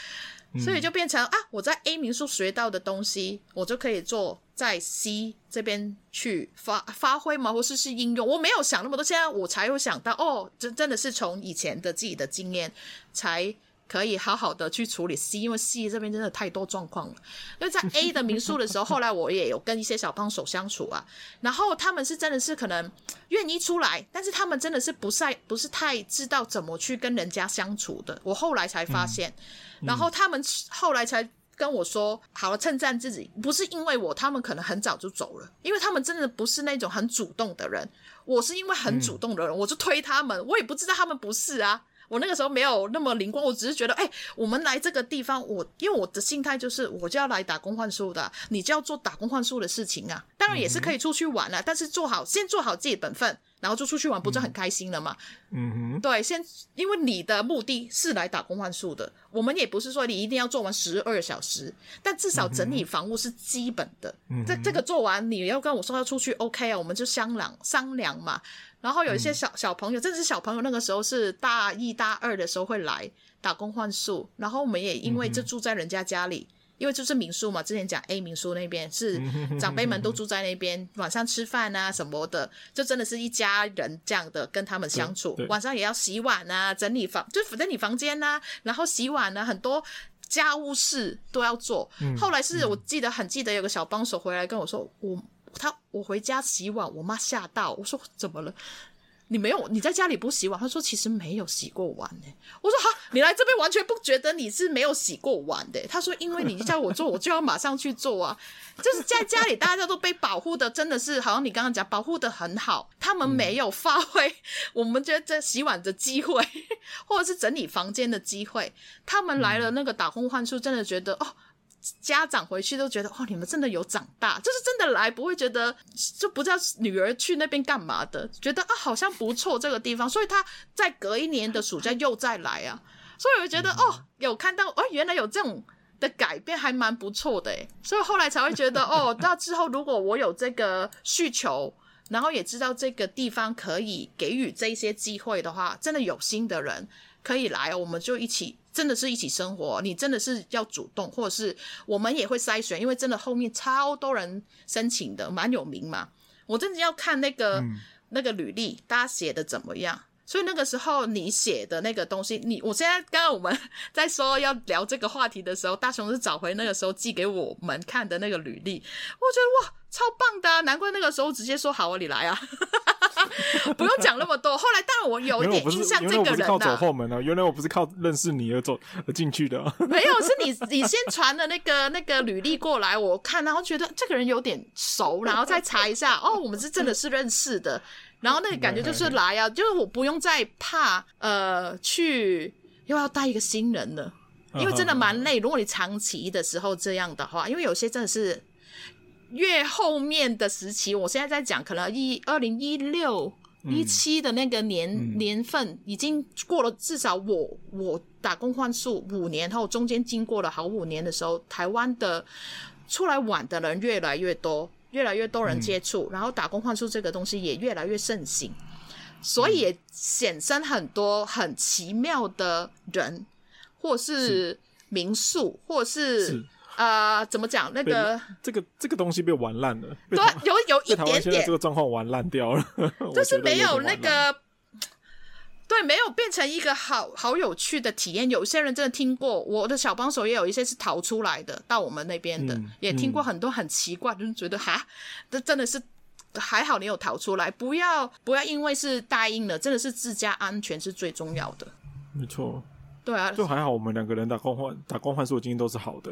S3: 嗯
S1: 所以就变成啊，我在 A 民宿学到的东西，我就可以做在 C 这边去发发挥嘛，或是是应用。我没有想那么多，现在我才会想到，哦，真真的是从以前的自己的经验，才可以好好的去处理 C，因为 C 这边真的太多状况了。因为在 A 的民宿的时候，后来我也有跟一些小帮手相处啊，然后他们是真的是可能愿意出来，但是他们真的是不太不是太知道怎么去跟人家相处的。我后来才发现，然后他们后来才跟我说，好了，称赞自己，不是因为我，他们可能很早就走了，因为他们真的不是那种很主动的人。我是因为很主动的人，我就推他们，我也不知道他们不是啊。我那个时候没有那么灵光，我只是觉得，哎、我们来这个地方，我因为我的心态就是，我就要来打工换宿的啊，你就要做打工换宿的事情啊。当然也是可以出去玩啊，但是做好先做好自己本分，然后就出去玩，不就很开心了吗？
S3: 嗯哼，
S1: 对，先因为你的目的是来打工换宿的，我们也不是说你一定要做完十二小时，但至少整理房屋是基本的。
S3: 嗯
S1: 这
S3: 哼
S1: 这个做完，你要跟我说要出去，OK 啊，我们就商量商量嘛。然后有
S3: 嗯
S1: 一些小小朋友，真的是小朋友，那个时候是大一大二的时候会来打工换宿，然后我们也因为就住在人家家里。因为就是民宿嘛，之前讲 A 民宿那边是
S3: 嗯哼哼
S1: 长辈们
S3: [laughs]
S1: 都住在那边，晚上吃饭啊什么的，就真的是一家人这样的跟他们相处
S3: 对，
S1: 晚上也要洗碗啊，整理房就整理房间呐、然后洗碗啊，很多家务事都要做。后来是我记得很记得有个小帮手回来跟我说，我他我回家洗碗，我妈吓到，我说怎么了？你没有你在家里不洗碗？他说其实没有洗过碗呢、我说哈，你来这边完全不觉得你是没有洗过碗的。他说，因为你叫我做，我就要马上去做啊。就是在家里，大家都被保护的，真的是好像你刚刚讲，保护的很好。他们没有发挥我们觉得这洗碗的机会，或者是整理房间的机会。他们来了那个打工换宿，真的觉得哦。家长回去都觉得哦，你们真的有长大，就是真的来，不会觉得就不知道女儿去那边干嘛的，觉得啊好像不错这个地方，所以他在隔一年的暑假又再来啊，所以我觉得、哦，有看到哦，原来有这种的改变，还蛮不错的诶，欸所以后来才会觉得哦，那之后如果我有这个需求，然后也知道这个地方可以给予这些机会的话，真的有心的人可以来，我们就一起。真的是一起生活，你真的是要主动，或者是我们也会筛选，因为真的后面超多人申请的，蛮有名嘛。我真的要看那个、
S3: 嗯
S1: 那个履历，大家写的怎么样。所以那个时候你写的那个东西，你我现在刚刚我们在说要聊这个话题的时候，大雄是找回那个时候寄给我们看的那个履历，我觉得哇超棒的啊、难怪那个时候直接说好啊，你来啊， [laughs] 不用讲那么多。后来当然我有一
S3: 原来我
S1: 点
S3: 不是
S1: 哦印象，
S3: 原
S1: 这
S3: 来我
S1: 个
S3: 不是
S1: 人
S3: 靠
S1: 呐、
S3: 走后门啊，原来我不是靠认识你而走而进去的啊、 [laughs]
S1: 没有，是你你先传了那个那个履历过来，我看，然后觉得这个人有点熟，然后再查一下，哦，我们是真的是认识的，然后那个感觉就是来啊，就是我不用再怕呃去又要带一个新人了， [laughs]
S3: 嗯
S1: 因为真的蛮累。如果你长期的时候这样的话，因为有些真的是越后面的时期，我现在在讲，可能一二零一六。一七的那个年、
S3: 嗯
S1: 年份已经过了，至少我我打工换宿五年后，中间经过了好五年的时候，台湾的出来玩的人越来越多，越来越多人接触，然后打工换宿这个东西也越来越盛行，所
S3: 嗯
S1: 以也衍生很多很奇妙的人，或是民宿，或是
S3: [laughs] 是
S1: 呃怎么讲那
S3: 被
S1: 个
S3: 这个这个东西被玩烂了，被
S1: 对啊
S3: 台
S1: 有有一
S3: 被台湾
S1: 点
S3: 现在
S1: 点
S3: 这个状况玩烂掉了， [laughs]
S1: 就
S3: 就是
S1: 没有那个，对，没有变成一个好好有趣的体验。有些人真的听过，我的小帮手也有一些是逃出来的，到我们那边的，
S3: 嗯
S1: 也听过很多很奇怪，就是觉得哈，这真的是。还好你有逃出来，不要不要因为是答应了，真的是自家安全是最重要的。
S3: 没错，
S1: 对啊，
S3: 就还好我们两个人打工换打工换宿的经验都是好的、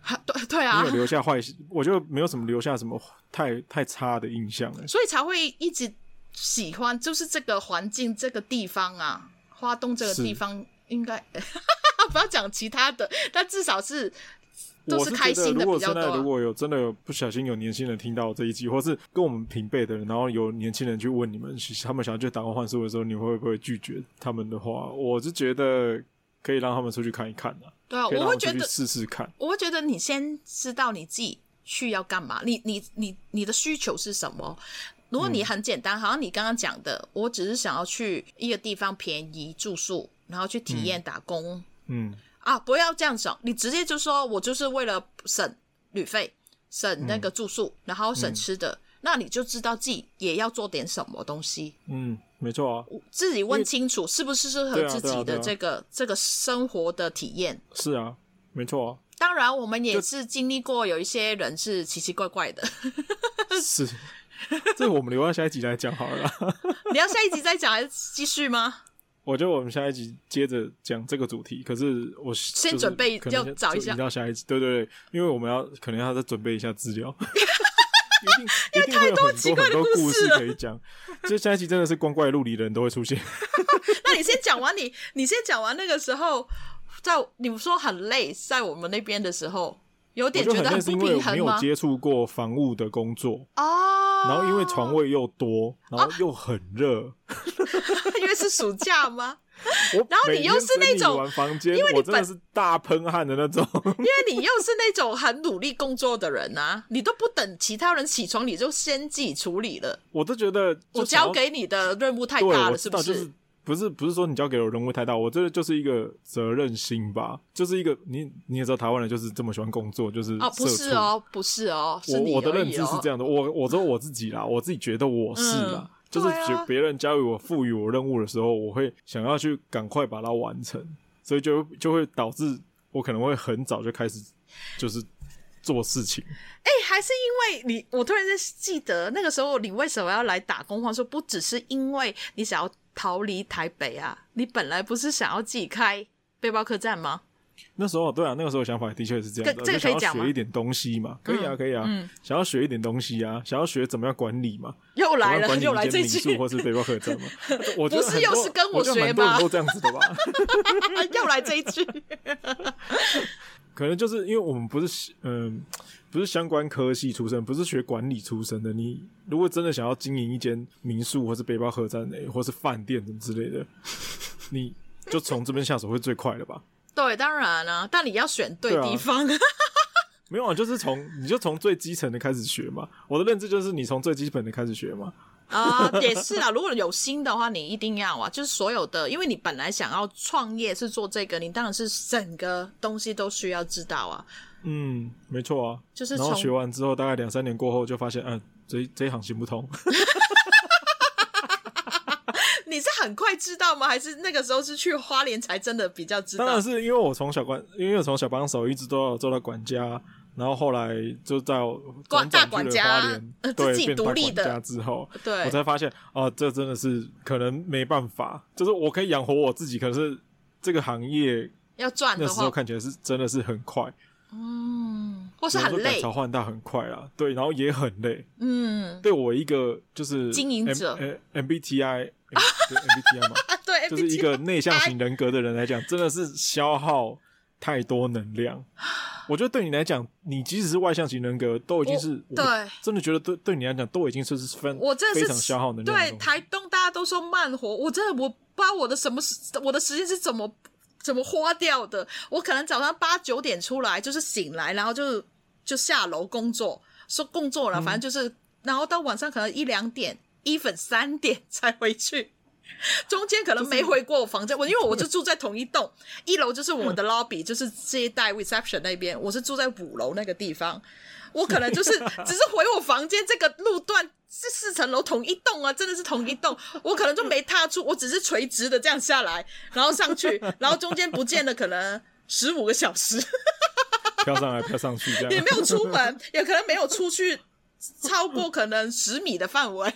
S1: 哈对 [laughs] 对啊
S3: 没有，留下坏，我觉得没有什么留下什么太太差的印象、欸。
S1: 所以才会一直喜欢，就是这个环境、这个地方啊，花东这个
S3: 是
S1: 地方应该 [laughs] 不要讲其他的，但至少是都
S3: 我
S1: 是
S3: 是
S1: 开
S3: 觉得，
S1: 心的
S3: 如
S1: 比
S3: 果
S1: 较
S3: 现
S1: 多
S3: 在
S1: 啊
S3: 如。果有真的有不小心有年轻人听到这一集，或是跟我们平辈的人，然后有年轻人去问你们，他们想要去打工换宿的时候，你会不会拒绝他们的话？我是觉得可以让他们出去看一看啊，
S1: 对啊，
S3: 可以
S1: 我
S3: 让他
S1: 会
S3: 们出
S1: 觉
S3: 去
S1: 得，
S3: 试试看。
S1: 我会觉得你先知道你自己去要干嘛，你你你你的需求是什么。如果你很简单，好像你刚刚讲的，我只是想要去一个地方便宜住宿，然后去体验打工
S3: 嗯，
S1: 啊，不要这样想，你直接就说我就是为了省旅费、省那个住宿，
S3: 嗯
S1: 然后省吃的，那你就知道自己也要做点什么东西，
S3: 嗯，没错啊，
S1: 自己问清楚是不是适合
S3: 对啊
S1: 自
S3: 对啊
S1: 己
S3: 对
S1: 的
S3: 啊
S1: 这个、这个生活的体验。
S3: 是啊，没错啊，
S1: 当然，我们也是经历过有一些人是奇奇怪怪的， [laughs] 呃
S3: 是。 [laughs] 这我们留到下一集来讲好了啦。
S1: 你要下一集再讲，还是继续吗？ [laughs]
S3: 我觉得我们下一集接着讲这个主题，可是我先
S1: 准备要找一下
S3: 到下一集，对对对，因为我们要可能要再准备一下资料，
S1: [laughs]
S3: 一定一定会有很
S1: 奇
S3: 多
S1: 怪
S3: 很
S1: 的
S3: 多
S1: 故
S3: 故
S1: 事
S3: 事
S1: 了
S3: 可以讲。就下一集真的是光怪陆离的人都会出现，
S1: 那你先讲完你，你先讲完那个时候，在你说很累，在我们那边的时候，有
S3: 我
S1: 点
S3: 就
S1: 觉得
S3: 累，
S1: 很
S3: 是
S1: 不平
S3: 因为我没
S1: 衡
S3: 有
S1: 吗？
S3: 接触过房务的工作，
S1: 哦，
S3: 然后因为床位又多，然后又很热，
S1: [laughs] 因为是暑假
S3: [laughs]
S1: 吗？
S3: 我
S1: 然后你
S3: 每
S1: 又
S3: 天
S1: 是
S3: 整
S1: 那
S3: 理
S1: 种
S3: 完房间，
S1: 因为你
S3: 我真的
S1: 本
S3: 是大喷汗的那种， [laughs]
S1: 因为你又是那种很努力工作的人啊，你都不等其他人起床，你就先自己处理了。
S3: 我都觉得
S1: 我
S3: 就想要
S1: 交给你的任务太
S3: 对，
S1: 大
S3: 我
S1: 了，
S3: 知
S1: 是
S3: 道，
S1: 不？
S3: 就是不是不是说你交给我任务太大，我这就是一个责任心吧，就是一个你你也知道台湾人就是这么喜欢工作，就是
S1: 哦，不
S3: 社
S1: 是
S3: 畜。
S1: 哦，不是哦，是
S3: 我
S1: 你
S3: 我的
S1: 而
S3: 认
S1: 已
S3: 知是
S1: 哦
S3: 这样的，我我说我自己啦，我自己觉得我是啦，
S1: 嗯
S3: 就是
S1: 对啊
S3: 觉别人交予我赋予我任务的时候，我会想要去赶快把它完成，所以就就会导致我可能会很早就开始就是做事情。
S1: 哎、还是因为你，我突然间记得那个时候你为什么要来打工，或者说不只是因为你想要逃离台北啊，你本来不是想要自己开背包客栈吗？
S3: 那时候对啊，那个时候想法的确是这样的，
S1: 这这个
S3: 就想
S1: 可
S3: 要
S1: 以讲吗嗯
S3: 学一点东西嘛，可以啊，可以啊，想要学一点东西啊，想要学怎么样管理嘛，
S1: 又来了，
S3: 管理
S1: 又来
S3: 一
S1: 这
S3: 间民宿
S1: 句，
S3: 或是背包客栈
S1: [laughs]
S3: 嘛，我觉得
S1: 不是
S3: 很多
S1: 又是跟我
S3: 我觉得
S1: 学
S3: 蛮多人
S1: 吧
S3: 都这样子的吧？ [laughs]
S1: [laughs] 又来这一句。
S3: 可能就是因为我们不是嗯、不是相关科系出身，不是学管理出身的。你如果真的想要经营一间民宿或是背包客栈、诶，或是饭店什么之类的，你就从这边下手会最快了吧？
S1: 对，当然啦、但你要选对
S3: 对啊
S1: 地方。
S3: 没有啊，就是从你就从最基层的开始学嘛。我的认知就是你从最基本的开始学嘛。
S1: 啊，也是啦。如果有心的话，你一定要啊，就是所有的，因为你本来想要创业是做这个，你当然是整个东西都需要知道啊。
S3: 嗯，没错啊。
S1: 就是
S3: 然后
S1: 从
S3: 学完之后，大概两三年过后，就发现，嗯、这这一行行不通。
S1: 你是很快知道吗？还是那个时候是去花莲才真的比较知道？
S3: 当然是因为我从小管，因为我从小帮手一直都有做到管家，然后后来就在
S1: 管
S3: 辗转去
S1: 大管
S3: 了
S1: 家
S3: 花莲
S1: 呃 [laughs]
S3: 对
S1: 自己
S3: 变
S1: 独
S3: 大
S1: 立
S3: 管
S1: 的
S3: 家之后，我
S1: 对，
S3: 才发现哦，这真的是可能没办法，就是我可以养活我自己，可是这个行业
S1: 要赚
S3: 那
S1: 的
S3: 时候
S1: 话，
S3: 看起来是真的是很快，
S1: 嗯，或
S3: 不
S1: 是很
S3: 改
S1: 累，
S3: 朝换代很快啦，对，然后也很累，
S1: 嗯，
S3: 对我一个就是
S1: 经营者
S3: M, 呃 M B T I M B T
S1: [laughs]
S3: I 嘛，
S1: 啊，对，
S3: 就是一
S1: MBTI
S3: 个内向型人格的人来讲，真的是消耗太多能量。我觉得对你来讲，你即使是外向型人格，都已经是
S1: 我
S3: 我
S1: 对
S3: 真的觉得对对你来讲，都已经是是非
S1: 我真的
S3: 非
S1: 是
S3: 常消耗能量的
S1: 对，
S3: 东西。
S1: 台东大家都说慢活，我真的我不知道我的什么时我的时间是怎么怎么花掉的。我可能早上八九点出来，就是醒来，然后就就下楼工作，说工作了，
S3: 嗯
S1: 反正就是，然后到晚上可能一两点，even 三点才回去。中间可能没回过我房间，我因为我就住在同一栋，一楼就是我们的 lobby，就是接待 reception 那边，我是住在五楼那个地方，我可能就是只是回我房间这个路段是四层楼同一栋啊，真的是同一栋，我可能就没踏出，我只是垂直的这样下来，然后上去，然后中间不见了可能十五个小时， [laughs]
S3: 飘上来飘上去这样，
S1: 也没有出门，也可能没有出去超过可能十米的范围。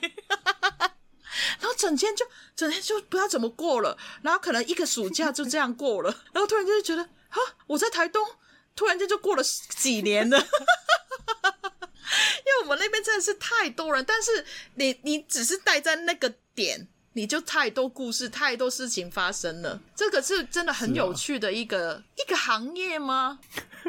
S1: 然后整天就整天就不知道怎么过了，然后可能一个暑假就这样过了，然后突然间就觉得啊，我在台东，突然间就过了十几年了。 [laughs] 因为我们那边真的是太多人，但是你你只是待在那个点，你就太多故事、太多事情发生了。这个是真的很
S3: 是啊
S1: 有趣的一个、一个行业吗？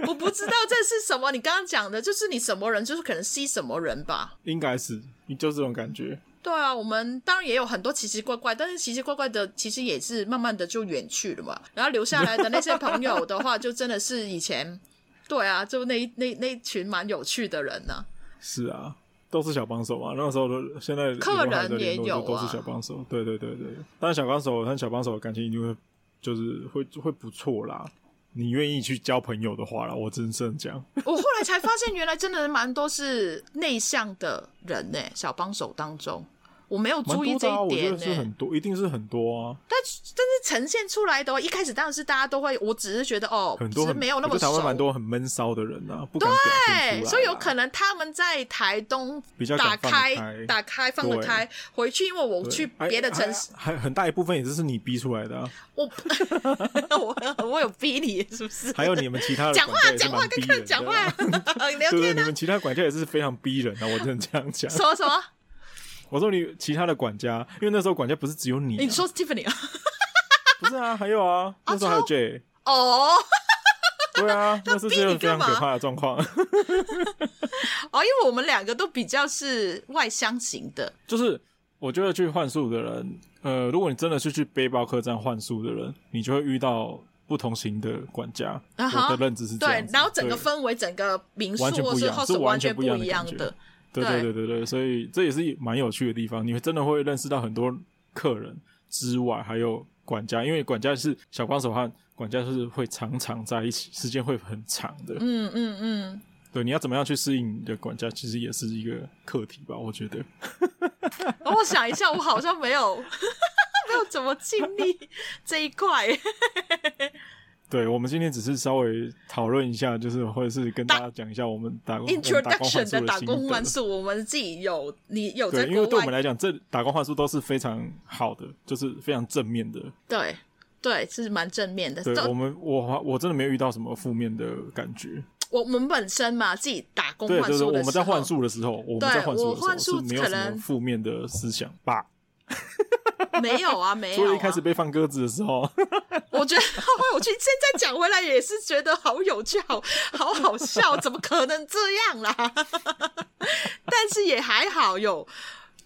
S1: 我不知道这是什么。你刚刚讲的就是你什么人，就是可能吸什么人吧。
S3: 应该是就这种感觉。
S1: 对啊，我们当然也有很多奇奇怪怪，但是奇奇怪怪的其实也是慢慢的就远去了嘛。然后留下来的那些朋友的
S3: [laughs]
S1: 话，就真的是以前，对啊，就那一那那一群蛮有趣的人呢、
S3: 是啊，都是小帮手嘛。那时候的现在
S1: 客人
S3: 联络还在联络
S1: 也有啊
S3: 就都是小帮手。对对对对，但是小帮手和小帮手的感情一定会就是会会不错啦。你愿意去交朋友的话啦，我真正讲，
S1: 我后来才发现，原来真的蛮多是内向的人呢、小帮手当中，我没有
S3: 蛮
S1: 注意
S3: 多
S1: 这
S3: 的、
S1: 一
S3: 啊，我觉
S1: 点欸
S3: 得
S1: 呢、
S3: 是很多，一定是很多啊，
S1: 但但是呈现出来的哦，一开始当然是大家都会，我只是觉得哦，
S3: 很多
S1: 只是
S3: 很
S1: 没有那
S3: 我
S1: 么
S3: 觉
S1: 熟
S3: 得台湾蛮多很闷骚的人啊，不敢表现
S1: 对，
S3: 出来啊，
S1: 哎所以有可能他们在台东
S3: 比较
S1: 打
S3: 敢放得
S1: 开、
S3: 开
S1: 打开、放得
S3: 对
S1: 开，回去，因为我
S3: 对
S1: 去
S3: 哎
S1: 别的城市，
S3: 还还很大一部分也是你逼出来的、啊，
S1: 我 [laughs] 我我有逼你是不是？
S3: [laughs] 还
S1: [laughs]
S3: 有你们其他的
S1: 讲话
S3: 管家也是
S1: 讲话
S3: 蛮
S1: 跟客
S3: 逼人
S1: 人讲话
S3: 的
S1: 呃
S3: 啊， [laughs]
S1: 聊
S3: 对对，
S1: 天啊
S3: 你
S1: 呢、
S3: 们其他管家也是非常逼人啊，我只能这样
S1: [laughs]
S3: 讲。
S1: 什么什么？
S3: 我说你其他的管家，因为那时候管家不是只有你、啊，
S1: 你说 Tiffany 啊？ [laughs]
S3: 不是啊？还有啊，那时候还有 J，
S1: 哦
S3: 对啊，那是
S1: 逼
S3: 这
S1: 你
S3: 个非常
S1: 干
S3: 可
S1: 嘛
S3: 怕的状况，
S1: 哦，因为我们两个都比较是外向型的，
S3: 就是我觉得去换宿的人，呃，如果你真的是去背包客栈换宿的人，你就会遇到不同型的管家。
S1: 啊哈
S3: 我的认知是这样
S1: 对
S3: 子，，
S1: 然后整个
S3: 对
S1: 氛围、整个民宿
S3: 完全
S1: 或
S3: 不一
S1: 是
S3: 样
S1: 或
S3: 是完
S1: 完
S3: 全
S1: 全
S3: 不
S1: 不
S3: 一样的
S1: 一
S3: 感
S1: 样
S3: 觉
S1: 的。
S3: 对
S1: 对
S3: 对对对对，所以这也是蛮有趣的地方，你会真的会认识到很多客人之外，还有管家，因为管家是小帮手和管家是会常常在一起，时间会很长的。
S1: 嗯嗯嗯，
S3: 对，你要怎么样去适应你的管家，其实也是一个课题吧，我觉得。
S1: 然后我想一下，我好像没有 [laughs] 没有怎么经历这一块。
S3: 对，我们今天只是稍微讨论一下，就是或者是跟大家讲一下我们打工我们打工换
S1: Introduction
S3: 宿
S1: 的打工
S3: 心得
S1: 换宿，我们自己有你有在
S3: 对，因为
S1: 国
S3: 对我
S1: 外
S3: 们来讲，这打工换宿都是非常好的，就是非常正面的。
S1: 对对是蛮正面的。
S3: 对
S1: 都
S3: 我们，我我真的没有遇到什么负面的感觉。
S1: 我我们本身嘛，自己打工
S3: 对，
S1: 换
S3: 对对，
S1: 宿
S3: 我
S1: 的
S3: 们在
S1: 时候
S3: 换宿的时候，我们
S1: 对
S3: 在换宿
S1: 我
S3: 的时候
S1: 换宿
S3: 是没有
S1: 可
S3: 什么
S1: 能
S3: 负面的思想吧。
S1: 没有啊，
S3: [laughs]
S1: 没
S3: 除
S1: 有、
S3: 了
S1: 啊。
S3: 一开始被放鸽子的时候，
S1: 我觉得 [laughs] 我去现在讲回来也是觉得好有趣，好好好笑，怎么可能这样啦？ [laughs] 但是也还好有。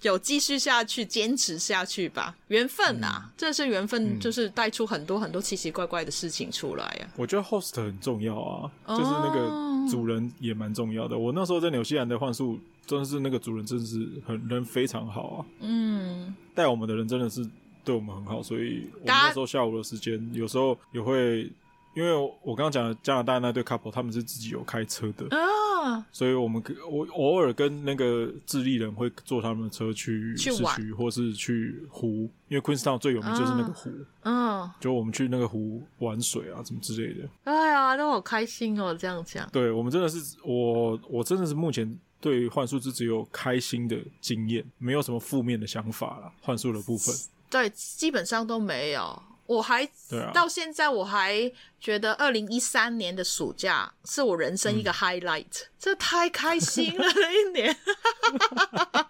S1: 有继续下去，坚持下去吧，缘分啊，
S3: 嗯
S1: 这是缘分，就是带出很多很多奇奇怪怪的事情出来啊。
S3: 我觉得 host 很重要啊，就是那
S1: 哦
S3: 个主人也蛮重要的。我那时候在纽西兰的幻术，真的是那个主人真的是很人非常好啊，
S1: 嗯，
S3: 带我们的人真的是对我们很好，所以我们
S1: 大家
S3: 那时候下午的时间，有时候也会因为我刚刚讲的加拿大那对 couple，他们是自己有开车的，
S1: 啊，
S3: 所以我们可我偶尔跟那个智利人会坐他们的车去
S1: 去
S3: 市
S1: 玩啊
S3: 区，或是去湖，因为 Queenstown 最有名就是那个湖，
S1: 嗯，
S3: 就我们去那个湖玩水啊，什么之类的。
S1: 哎呀，都好开心哦，这样讲，
S3: 对我们真的是我我真的是目前对幻术是只有开心的经验，没有什么负面的想法啦。幻术的部分，
S1: 对，基本上都没有。我还、
S3: 对啊
S1: 到现在我还觉得二零一三年的暑假是我人生一
S3: 嗯
S1: 个 highlight，、这太开心了那一年。 [laughs] 哎、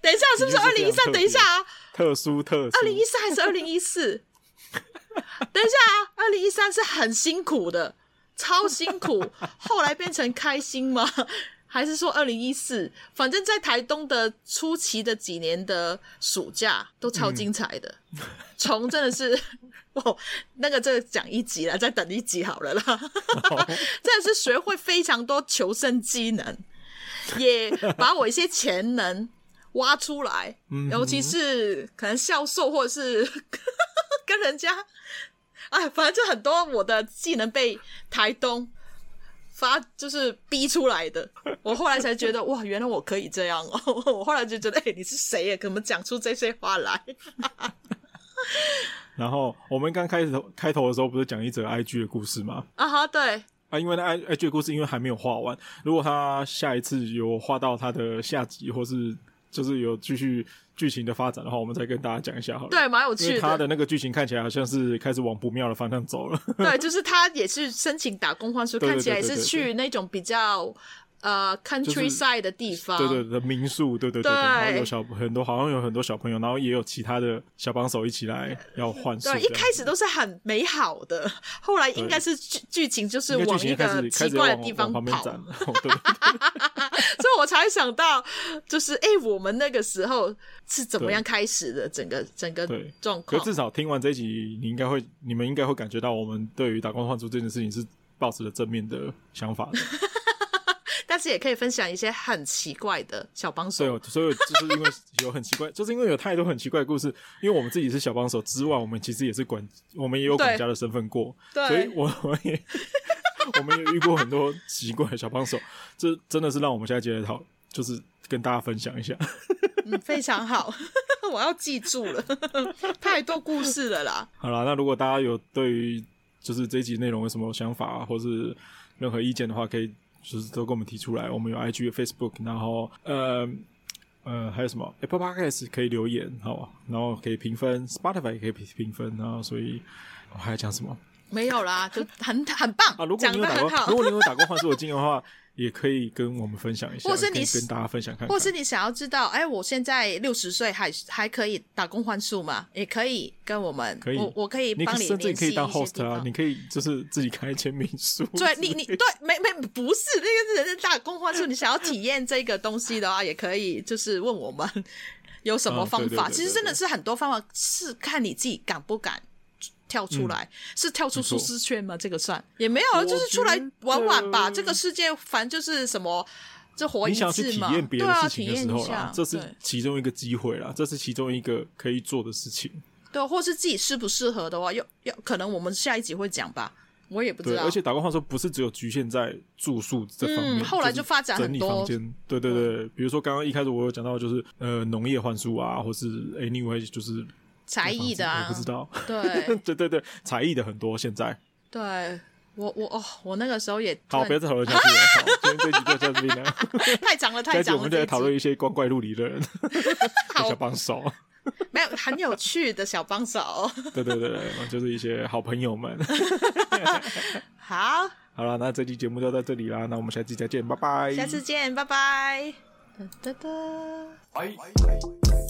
S1: 等一下，是不是二
S3: 已
S1: 零
S3: 经
S1: 一
S3: 是非
S1: 三？
S3: 常特别
S1: 等一下啊，
S3: 特殊特殊。
S1: 二零一三还是二零一四？等一下啊，二零一三是很辛苦的，超辛苦。后来变成开心吗？还是说二零一四？反正，在台东的初期的几年的暑假都超精彩的，虫、真的是， [laughs] 哦，那个这讲一集了，再等一集好了啦。 [laughs] 真的是学会非常多求生技能，也把我一些潜能挖出来，
S3: 嗯
S1: 尤其是可能销售或者是 [laughs] 跟人家，哎，反正就很多我的技能被台东发，就是逼出来
S3: [laughs]
S1: 的。我后来才觉得，哇，原来我可以这样哦！ [laughs] 我后来就觉得，哎、你是谁耶？怎么讲出这些话来？
S3: 然后我们刚开始开头的时候不是讲一则 IG 的故事吗？
S1: 啊哈，对，
S3: 啊，因为那 I I G 的故事因为还没有画完，如果他下一次有画到他的下集，或是就是有继续剧情的发展的话，我们再跟大家讲一下好了。
S1: 对，，蛮有
S3: 因为
S1: 趣
S3: 他
S1: 的。
S3: 的那个剧情看起来好像是开始往不妙的方向走了。
S1: 对，就是他也是申请打工换宿，
S3: 对对
S1: 看起来也
S3: 对对
S1: 是
S3: 对
S1: 去那种比较呃 countryside 的地方。
S3: 对对对，民宿，对对对，
S1: 对
S3: 然后有小很多，好像有很多小朋友，然后也有其他的小帮手一
S1: [laughs]
S3: 起来要换宿这
S1: 对
S3: 样。
S1: 一开始都是很美好的， [laughs] 后来应该是剧剧情就是
S3: 应该剧
S1: 往
S3: 情
S1: 一
S3: 一开
S1: 个
S3: 始开
S1: 奇
S3: 始要往
S1: 怪的地方
S3: 往旁边
S1: 跑，
S3: 展
S1: [laughs] 所，
S3: 哦对，
S1: 以我才想到，就是哎、诶我们那个时候是怎么样开始的？整个整个
S3: 对
S1: 状
S3: 可
S1: 况
S3: 是至少听完这一集，你应该会，你们应该会感觉到我们对于打工换宿这件事情是抱持着正面的想法的。 [laughs]
S1: 但是也可以分享一些很奇怪的小帮
S3: 所以
S1: 手。
S3: 我，所以我就是因为有很奇怪，就是因为有太多很奇怪的故事。因为我们自己是小帮手之外，我们其实也是管，我们也有管
S1: 对
S3: 家的身份过，
S1: 对
S3: 所以我 [laughs] 们也我们也遇过很多奇怪的小帮手。这真的是让我们现在接着讨，就是跟大家分享一下。 [laughs]
S1: 嗯，非常好， [laughs] 我要记住了， [laughs] 太多故事了啦。
S3: 好啦，那如果大家有对于就是这一集内容有什么想法、啊、或是任何意见的话，可以就是都跟我们提出来。我们有 IG、Facebook，然后呃呃还有什么 Apple Podcast 可以留言，好吧？然后可以评分，Spotify 也可以评分，然后所以我、还要讲什么
S1: 没有啦，就很很棒
S3: 啊？如，果
S1: 讲
S3: 你
S1: 的
S3: 有打
S1: 很
S3: 过，
S1: 好
S3: 如。果你有打过幻术的经验的话，也可以跟我们分享一下，
S1: 或是
S3: 可以
S1: 你
S3: 跟大家分享 [laughs] 看看，
S1: 或是你想要知道，哎，我现在六十岁还还可以打工换宿吗？也可以跟我们，
S3: 可以
S1: 我我可以
S3: 你
S1: 帮
S3: 甚至
S1: 联
S3: 可
S1: 系
S3: 以
S1: 一些
S3: 当
S1: 地
S3: host 啊，
S1: 方
S3: 你。可以就是自己开一间民宿之
S1: 对
S3: 类的，
S1: 你，你对没没不是那个人是打工换宿，你想要体验这个东西的话，也可以就是问我们有什么
S3: 嗯
S1: 方
S3: 对对
S1: 法。
S3: 对
S1: 其实
S3: 对
S1: 真的
S3: 对
S1: 是很多方法，是看你自己敢不敢跳出
S3: 嗯
S1: 来，是跳出
S3: 没错
S1: 舒适圈吗？这个算也没有，啊
S3: 我
S1: 就是出来
S3: 觉
S1: 玩玩吧。
S3: 得
S1: 这个世界反正就是什么。就活一
S3: 你
S1: 次嘛，
S3: 想去体验别的
S1: 对啊
S3: 事情
S1: 体
S3: 的
S1: 验
S3: 时
S1: 一
S3: 候啦
S1: 下，
S3: 这是
S1: 对
S3: 其中一个机会啦，这是其中一个可以做的事情。
S1: 对，啊或是自己适不适合的话，要要可能我们下一集会讲吧，我也不知
S3: 对，
S1: 道。
S3: 而且打工换宿不是只有局限在住宿这方面，
S1: 嗯后来
S3: 就是
S1: 就发展
S3: 整
S1: 很
S3: 理
S1: 多
S3: 房间。对对对，比如说刚刚一开始我有讲到，就是呃农业换宿啊，或是 anyway 就是
S1: 才艺的啊
S3: 我不知道。
S1: 对
S3: 对对对，才艺的很多现在。
S1: 对，我我哦，我那个时候也
S3: 好，不要
S1: 真
S3: 再讨论下去了。好，今天这集就到这边了。
S1: 的太长了，[laughs]
S3: 下
S1: 太
S3: 一集
S1: 长了。
S3: 我们
S1: 这一
S3: 就
S1: 集
S3: 来讨论一些光怪陆
S1: [laughs]
S3: 离的人，小帮手。
S1: 没有很有趣的小帮手。 [laughs]
S3: 对对对对，就是一些好朋友们。
S1: 好，
S3: 好了，那这期节目就到这里啦，那我们下期再见，拜拜。
S1: 下次见，拜拜。哒哒哒。
S5: Bye.